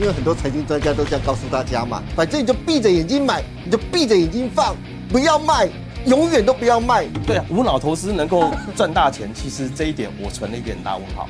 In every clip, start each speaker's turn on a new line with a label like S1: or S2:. S1: 因为很多财经专家都这样告诉大家嘛，反正你就闭着眼睛买，你就闭着眼睛放，不要卖，永远都不要卖。
S2: 对啊，无脑投资能够赚大钱，其实这一点我存了一点大问号。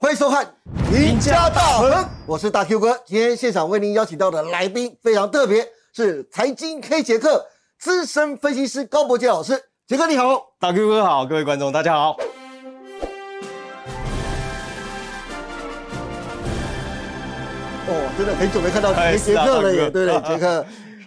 S1: 欢迎收看《赢家大亨》，我是大 Q 哥。今天现场为您邀请到的来宾非常特别，是财经 K 杰克资深分析师高博杰老师。杰哥你好，
S2: 大 Q 哥好，各位观众大家好。
S1: 哦，真的很久没看到杰
S2: 哎
S1: 杰
S2: 是啊
S1: 克了耶，
S2: 大哥
S1: 对不对，杰克。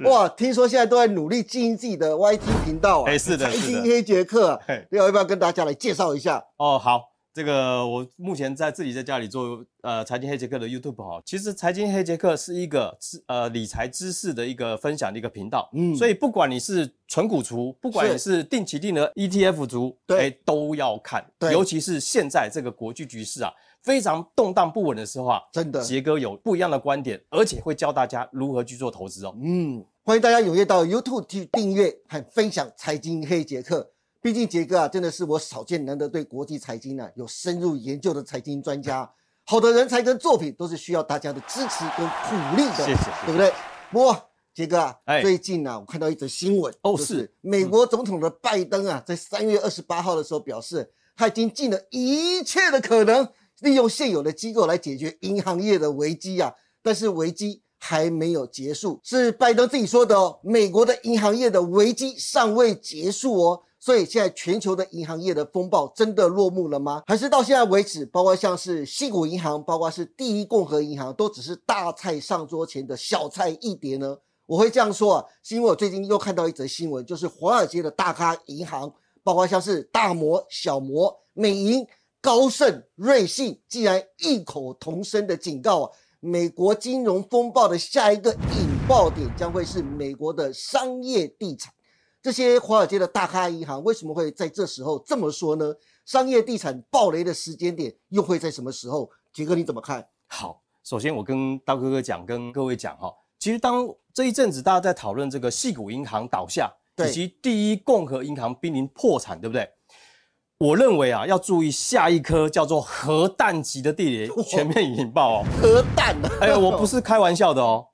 S1: 哇，听说现在都在努力经营自己的 YT 频道啊！
S2: 哎是的
S1: 财
S2: 是的
S1: 经黑杰克啊
S2: 嘿，
S1: 要不要跟大家来介绍一下？
S2: 哦，好，这个我目前在自己在家里做呃财经黑杰克的 YouTube 哈。其实财经黑杰克是一个知呃理财知识的一个分享的一个频道，
S1: 嗯
S2: 嗯，所以不管你是纯股族，不管
S1: 是
S2: 你是定期定额 ETF 族，
S1: 对
S2: 哎，都要看，
S1: 对
S2: 尤其是现在这个国际局势啊非常动荡不稳的时候啊，
S1: 真的，
S2: 杰哥有不一样的观点，而且会教大家如何去做投资哦。
S1: 嗯，欢迎大家踊跃到 YouTube 去订阅和分享《财经黑杰克》。毕竟杰哥啊，真的是我少见难得对国际财经呢、啊有深入研究的财经专家。好的人才跟作品都是需要大家的支持跟鼓励的，
S2: 谢谢谢谢
S1: 对不对？不过杰哥啊，
S2: 哎
S1: 最近啊，我看到一则新闻，
S2: 哦
S1: 就是美国总统的拜登啊，在三月二十八号的时候表示，他已经尽了一切的可能，利用现有的机构来解决银行业的危机啊。但是危机还没有结束，是拜登自己说的哦。美国的银行业的危机尚未结束哦，所以现在全球的银行业的风暴真的落幕了吗？还是到现在为止，包括像是西谷银行，包括是第一共和银行，都只是大菜上桌前的小菜一碟呢？我会这样说啊，是因为我最近又看到一则新闻，就是华尔街的大咖银行，包括像是大摩、小摩、美银、高盛、瑞信，竟然异口同声的警告啊，美国金融风暴的下一个引爆点将会是美国的商业地产。这些华尔街的大咖银行为什么会在这时候这么说呢？商业地产暴雷的时间点又会在什么时候？杰哥你怎么看？
S2: 好，首先我跟刀哥哥讲，跟各位讲哈，其实当这一阵子大家在讨论这个系股银行倒下，
S1: 对
S2: 以及第一共和银行濒临破产，对不对？我认为啊，要注意下一颗叫做核弹级的 地雷
S1: 哇
S2: 全面引爆哦。
S1: 核弹啊呢？
S2: 哎，我不是开玩笑的哦，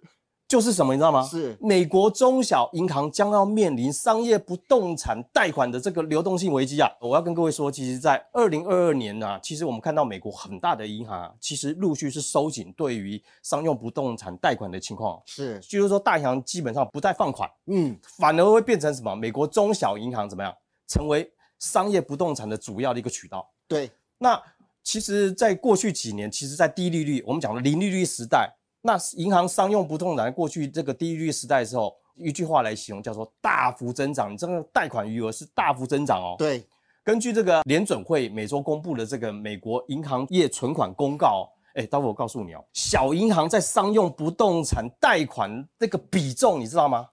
S2: 就是什么你知道吗？
S1: 是
S2: 美国中小银行将要面临商业不动产贷款的这个流动性危机啊！我要跟各位说，其实，在二零二二年呢、其实我们看到美国很大的银行啊，其实陆续是收紧对于商用不动产贷款的情况，
S1: 是，
S2: 就是说大银行基本上不再放款，
S1: 嗯，
S2: 反而会变成什么？美国中小银行怎么样成为商业不动产的主要的一个渠道？
S1: 对，
S2: 那其实，在过去几年，其实，在低利率，我们讲的零利率时代，那银行商用不动产过去这个低利率时代的时候，一句话来形容叫做大幅增长，你这个贷款余额是大幅增长哦。，
S1: 对，啊
S2: 根据这个联准会每周公布的这个美国银行业存款公告、哦。哎，待会我告诉你哦，小银行在商用不动产贷款那个比重，你知道吗？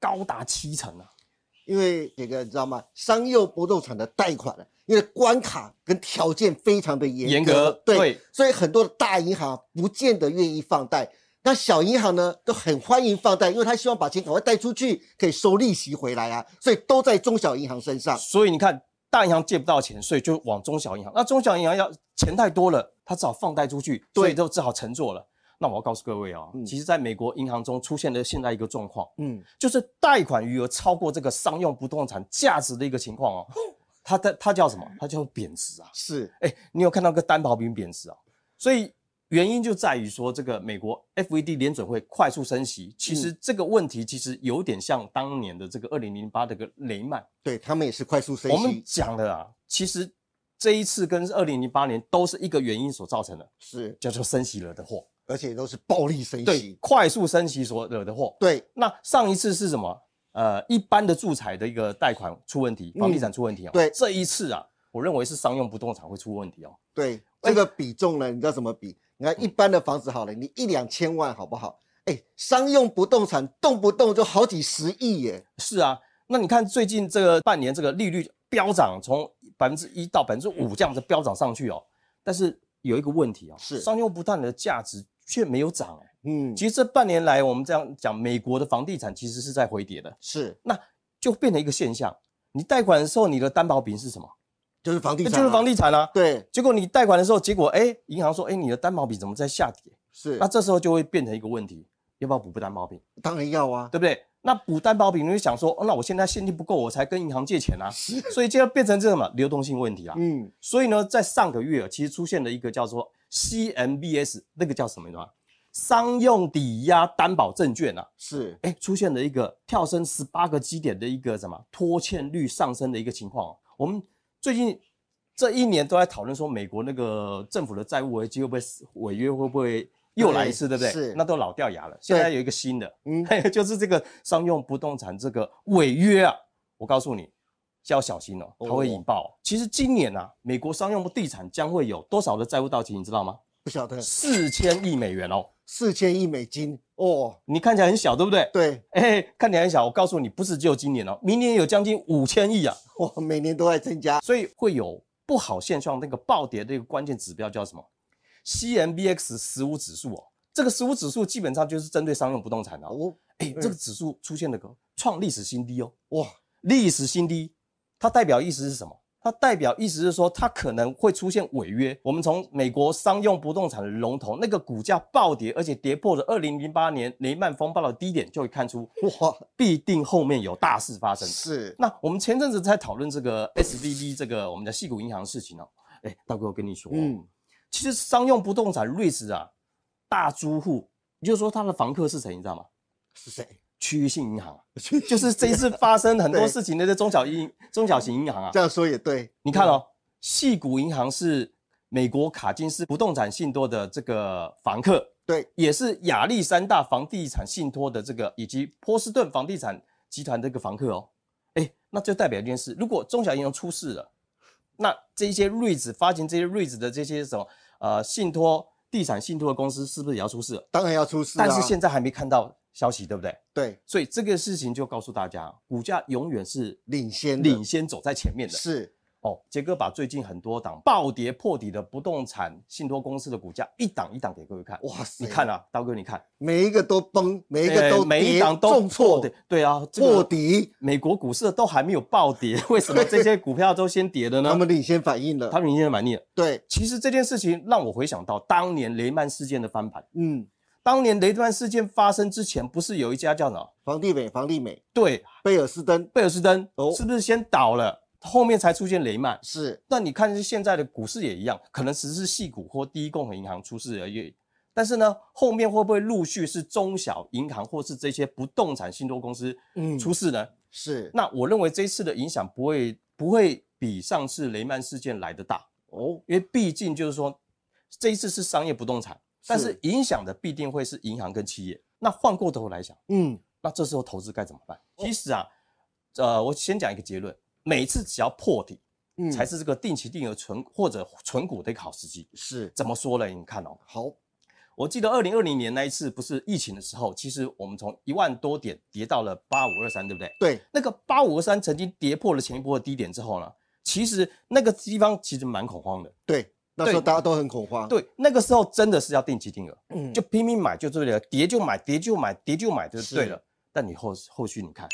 S2: 高达七成啊！
S1: 因为这个你知道吗？商业不动产的贷款呢，因为关卡跟条件非常的严
S2: 严格
S1: 对，
S2: 对
S1: 所以很多的大银行不见得愿意放贷。那小银行呢，都很欢迎放贷，因为他希望把钱赶快贷出去，可以收利息回来啊，所以都在中小银行身上。
S2: 所以你看，大银行借不到钱，所以就往中小银行。那中小银行要钱太多了，它只好放贷出去，
S1: 对
S2: 所以就只好乘坐了。那我要告诉各位哦，
S1: 嗯
S2: 其实在美国银行中出现了现在一个状况，
S1: 嗯，
S2: 就是贷款余额超过这个商用不动产价值的一个情况哦。它的它叫什么？它叫贬值啊！
S1: 是，
S2: 哎，你有看到个担保品贬值啊？所以原因就在于说，这个美国 FED 联准会快速升息，其实
S1: 嗯
S2: 这个问题其实有点像当年的这个二零零八这个雷曼。
S1: 对他们也是快速升
S2: 我们
S1: 息，
S2: 讲的啊，其实这一次跟二零零八年都是一个原因所造成的，
S1: 是，
S2: 叫做升息惹的祸，
S1: 而且都是暴力升
S2: 对
S1: 息，，
S2: 快速升息所惹的祸。
S1: 对，
S2: 那上一次是什么？呃，一般的住宅的一个贷款出问题，房地产出问题哦。
S1: 嗯对
S2: 这一次啊，我认为是商用不动产会出问题哦。
S1: 对，
S2: 哎
S1: 这个比重呢，你知道怎么比？你看一般的房子好了，你一两千万好不好？哎，商用不动产动不动就好几十亿耶，
S2: 是啊，那你看最近这个半年这个利率飙涨，从百分之一到百分之五这样子飙涨上去哦。但是有一个问题哦，
S1: 是
S2: 商用不动产的价值却没有涨哎。
S1: 嗯，
S2: 其实这半年来，我们这样讲，美国的房地产其实是在回跌的，
S1: 是，
S2: 就变成一个现象。你贷款的时候，你的担保品是什么？
S1: 就是房地
S2: 那
S1: 产、
S2: 就是房地产啊。
S1: 对，
S2: 结果你贷款的时候，结果哎，银行说哎，你的担保品怎么在下跌？
S1: 是，
S2: 那这时候就会变成一个问题，要不要补担保品？
S1: 当然要啊，
S2: 对不对？那补担保品，你会想说，哦，那我现在现金不够，我才跟银行借钱啊，
S1: 是，
S2: 所以就变成这个嘛流动性问题啊。
S1: 嗯，
S2: 所以呢，在上个月啊其实出现了一个叫做 CMBS，那个叫什么呢？商用抵押担保证券啊，
S1: 是，
S2: 哎，出现了一个跳升十八个基点的一个什么拖欠率上升的一个情况、哦。我们最近这一年都在讨论说，美国那个政府的债务危机会不会违约，会不会又来一次，
S1: 对
S2: 对不对？
S1: 是
S2: 那都老掉牙了。现在有一个新的，
S1: 嗯，
S2: 就是这个商用不动产这个违约啊，我告诉你，要小心哦，它会引爆哦、其实今年啊，美国商用不地产将会有多少的债务到期，你知道吗？
S1: 不晓得
S2: 四千亿美元哦。
S1: 四千亿美金哦，
S2: 你看起来很小，对不对？
S1: 对，
S2: 哎，看起来很小，我告诉你，不是只有今年哦，明年有将近五千亿啊，
S1: 哇，每年都在增加，
S2: 所以会有不好现象。那个暴跌的一个关键指标叫什么？CMBX 十五指数哦，这个十五指数基本上就是针对商用不动产哦。
S1: 哦，
S2: 哎，这个指数出现了个创历史新低哦，
S1: 哇，
S2: 历史新低，它代表意思是什么？它代表意思是说，它可能会出现违约。我们从美国商用不动产的龙头那个股价暴跌，而且跌破了二零零八年雷曼风暴的低点，就会看出
S1: 哇，
S2: 必定后面有大事发生。
S1: 是，
S2: 那我们前阵子在讨论这个 S V B 这个我们的细谷银行的事情哦，哎，大哥，我跟你说，
S1: 嗯
S2: 嗯，其实商用不动产瑞士啊，大租户，也就是说他的房客是谁，你知道吗？
S1: 是谁？
S2: 区域性银行啊，就是这一次发生很多
S1: 对
S2: 事情的这中小银中小型银行啊
S1: 这，样说也对，
S2: 你看哦，细谷银行是美国卡金斯不动产信托的这个房客，
S1: 对，
S2: 也是亚历山大房地产信托的这个以及波士顿房地产集团的一个房客哦。哎，那就代表一件事：如果中小银行出事了，那这一些瑞子发行这些瑞子的这些什么呃信托地产信托的公司是不是也要出事了？
S1: 当然要出事啊，
S2: 但是现在还没看到消息，对不对？
S1: 对
S2: 所以这个事情就告诉大家，股价永远是
S1: 领先的
S2: 领先走在前面的。
S1: 是
S2: 哦，杰哥把最近很多档暴跌破底的不动产信托公司的股价一档一档给各位看。
S1: 哇塞，
S2: 你看啊，刀哥，你看
S1: 每一个都崩，每一个
S2: 呃
S1: 都
S2: 每一
S1: 跌
S2: 档都
S1: 重挫
S2: 对对啊，这
S1: 破
S2: 个
S1: 底，
S2: 美国股市都还没有暴跌，为什么这些股票都先跌的呢
S1: 他？们领先反应了
S2: 他，们已经蛮腻了。
S1: 对，
S2: 其实这件事情让我回想到当年雷曼事件的翻盘。
S1: 嗯，
S2: 当年雷曼事件发生之前，不是有一家叫什么？
S1: 房地美，房地美，
S2: 对，
S1: 贝尔斯登
S2: 贝尔斯登
S1: 哦
S2: 是不是先倒了，后面才出现雷曼？
S1: 是
S2: 那你看现在的股市也一样，可能只是细股或第一共和银行出事而已。但是呢，后面会不会陆续是中小银行或是这些不动产信托公司
S1: 嗯
S2: 出事呢？
S1: 是
S2: 那我认为这一次的影响不会不会比上次雷曼事件来得大，
S1: 哦，
S2: 因为毕竟就是说这一次是商业不动产，但是
S1: 是
S2: 影响的必定会是银行跟企业。那换过头来想，
S1: 嗯
S2: 那这时候投资该怎么办？
S1: 哦
S2: 其实啊，呃，我先讲一个结论，每次只要破底，
S1: 嗯
S2: 才是这个定期定额存或者存股的一个好时机。
S1: 是
S2: 怎么说呢？你看哦，
S1: 好，
S2: 我记得二零二零年那一次不是疫情的时候，其实我们从一万多点跌到了八五二三，对不对？
S1: 对，
S2: 那个八五二三曾经跌破了前一波的低点之后呢，其实那个地方其实蛮恐慌的。
S1: 对，那时候
S2: 对
S1: 大家都很恐慌，，
S2: 对，那个时候真的是要定期定额，
S1: 嗯，
S2: 就拼命买就对了，跌就买，跌就买，跌就买就是对了。但你后后续你看，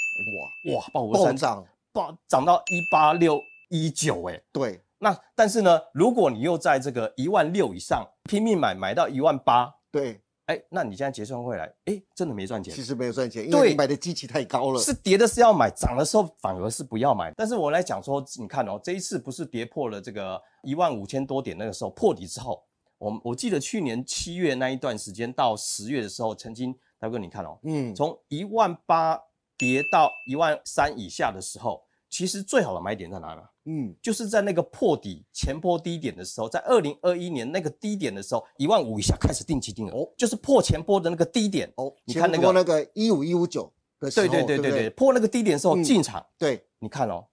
S1: 哇
S2: 哇，八五
S1: 暴
S2: 二三
S1: 涨，
S2: 暴涨到一八六一九，哎，
S1: 对，
S2: 那但是呢，如果你又在这个一万六以上拼命买，买到一万八，
S1: 对，
S2: 哎，那你现在结算回来，哎，真的没赚钱
S1: 其。实没有赚钱，因
S2: 对
S1: 为你买的基期太高了，
S2: 是跌的是要买，涨的时候反而是不要买。但是我来讲说，你看哦，这一次不是跌破了这个一万五千多点那个时候破底之后，我我记得去年七月那一段时间到十月的时候，曾经大哥你看哦，
S1: 嗯，
S2: 从一万八跌到一万三以下的时候，其实最好的买点在哪呢？
S1: 嗯，
S2: 就是在那个破底前波低点的时候，在二零二一年那个低点的时候，一万五以下开始定期定额，
S1: 哦
S2: 就是破前波的那个低点。
S1: 哦，
S2: 你看那
S1: 前波
S2: 个
S1: 那个一五一五九的时候，
S2: 对对对
S1: 不
S2: 对对，
S1: 对，
S2: 破那个低点的时候
S1: 嗯
S2: 进场，
S1: 对，
S2: 你看哦，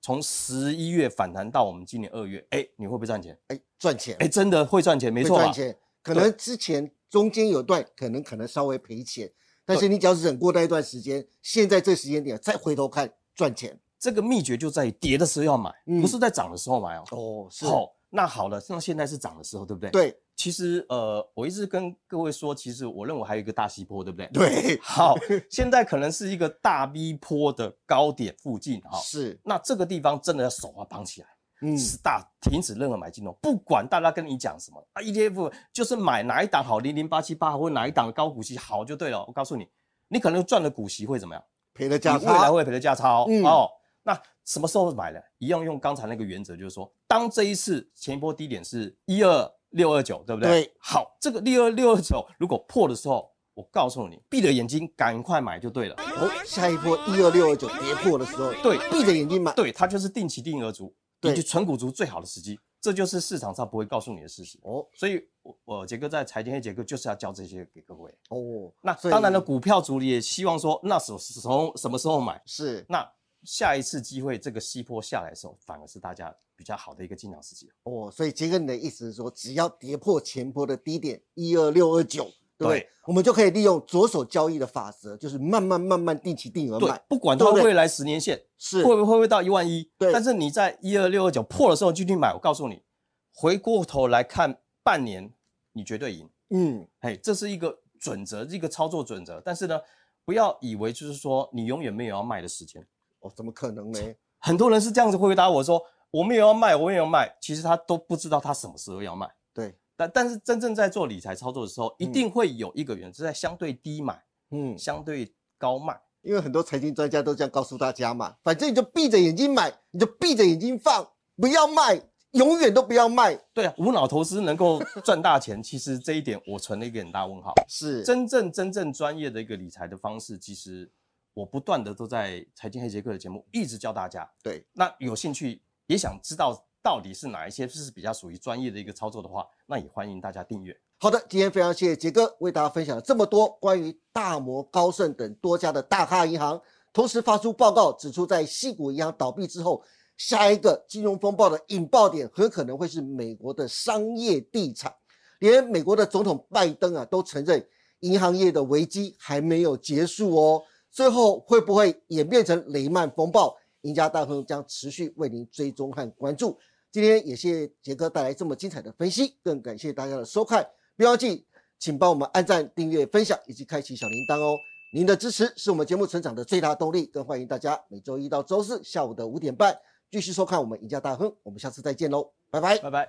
S2: 从十一月反弹到我们今年二月，哎，你会不会赚钱？
S1: 哎，赚钱，
S2: 哎，真的会赚钱，没
S1: 会
S2: 错
S1: 赚
S2: 吧？
S1: 钱，可能之前中间有段可能可能稍微赔钱，但是你只要忍过那一段时间，现在这时间点再回头看赚钱
S2: 这个秘诀就在于跌的时候要买，
S1: 嗯
S2: 不是在涨的时候买哦。
S1: 哦，是
S2: 好，那好了，那现在是涨的时候，对不对？。
S1: 对
S2: 其实呃，我一直跟各位说，其实我认为还有一个大西坡，对不对？。
S1: 对，
S2: 好，现在可能是一个大 V 坡的高点附近哈、
S1: 是，
S2: 那这个地方真的要手要啊绑起来，
S1: 嗯，
S2: 是大停止任何买进哦，不管大家跟你讲什么啊，ETF 就是买哪一档好，零零八七八或哪一档高股息好就对了。我告诉你，你可能赚了股息会怎么样？
S1: 赔了价
S2: 你未来
S1: 差，
S2: 会赔的价差哦。
S1: 嗯
S2: 哦那什么时候买呢？一样用刚才那个原则，就是说，当这一次前一波低点是一二六二九，对不对？
S1: 对。
S2: 好，这个一二六二九如果破的时候，我告诉你，闭着眼睛赶快买就对了。
S1: 哦，下一波一二六二九跌破的时候，
S2: 对
S1: 闭着眼睛买，
S2: 对，它就是定期定额族
S1: 对
S2: 以及纯股族最好的时机，这就是市场上不会告诉你的事实。
S1: 哦
S2: 所以，我我杰哥在财经黑杰哥就是要教这些给各位。
S1: 哦，
S2: 那
S1: 所以
S2: 当然了，股票族也希望说，那什什么什么时候买？
S1: 是
S2: 那下一次机会，这个西坡下来的时候，反而是大家比较好的一个进场时机。
S1: 哦，所以杰哥你的意思是说，只要跌破前波的低点一二六二九，对不对
S2: 对？
S1: 我们就可以利用左手交易的法则，就是慢慢慢慢定期定额
S2: 对
S1: 买，，
S2: 不管
S1: 对
S2: 它
S1: 不对
S2: 未来十年线
S1: 是
S2: 会不会会不会到一万一，
S1: 对
S2: 但是你在一二六二九破的时候进去买，我告诉你，回过头来看半年，你绝对赢。
S1: 嗯，
S2: 嘿，这是一个准则，一个操作准则。但是呢，不要以为就是说你永远没有要卖的时间。
S1: 哦，怎么可能呢？
S2: 很多人是这样子回答我说，我没有要卖，我没有要卖，其实他都不知道他什么时候要卖。
S1: 对，
S2: 但但是真正在做理财操作的时候，一
S1: 嗯
S2: 定会有一个原则，在相对低买。
S1: 嗯，
S2: 相对高卖。
S1: 因为很多财经专家都这样告诉大家嘛，反正你就闭着眼睛买，你就闭着眼睛放，不要卖，永远都不要卖，
S2: 对啊，无脑投资能够赚 大钱，其实这一点我存了一个很大问号。
S1: 是，
S2: 真正真正专业的一个理财的方式，其实我不断的都在财经黑杰克的节目一直教大家。
S1: 对，
S2: 那有兴趣也想知道到底是哪一些是比较属于专业的一个操作的话，那也欢迎大家订阅。
S1: 好的，今天非常谢谢杰哥为大家分享了这么多关于大摩、高盛等多家的大咖银行，同时发出报告指出，在系股银行倒闭之后，下一个金融风暴的引爆点很可能会是美国的商业地产。连美国的总统拜登啊都承认，银行业的危机还没有结束哦。最后会不会演变成雷曼风暴？赢家大亨将持续为您追踪和关注。今天也谢谢杰哥带来这么精彩的分析，更感谢大家的收看。不要忘记，请帮我们按赞、订阅、分享以及开启小铃铛哦。您的支持是我们节目成长的最大动力，更欢迎大家每周一到周四下午的五点半继续收看我们赢家大亨。我们下次再见喽，拜拜。
S2: 拜拜。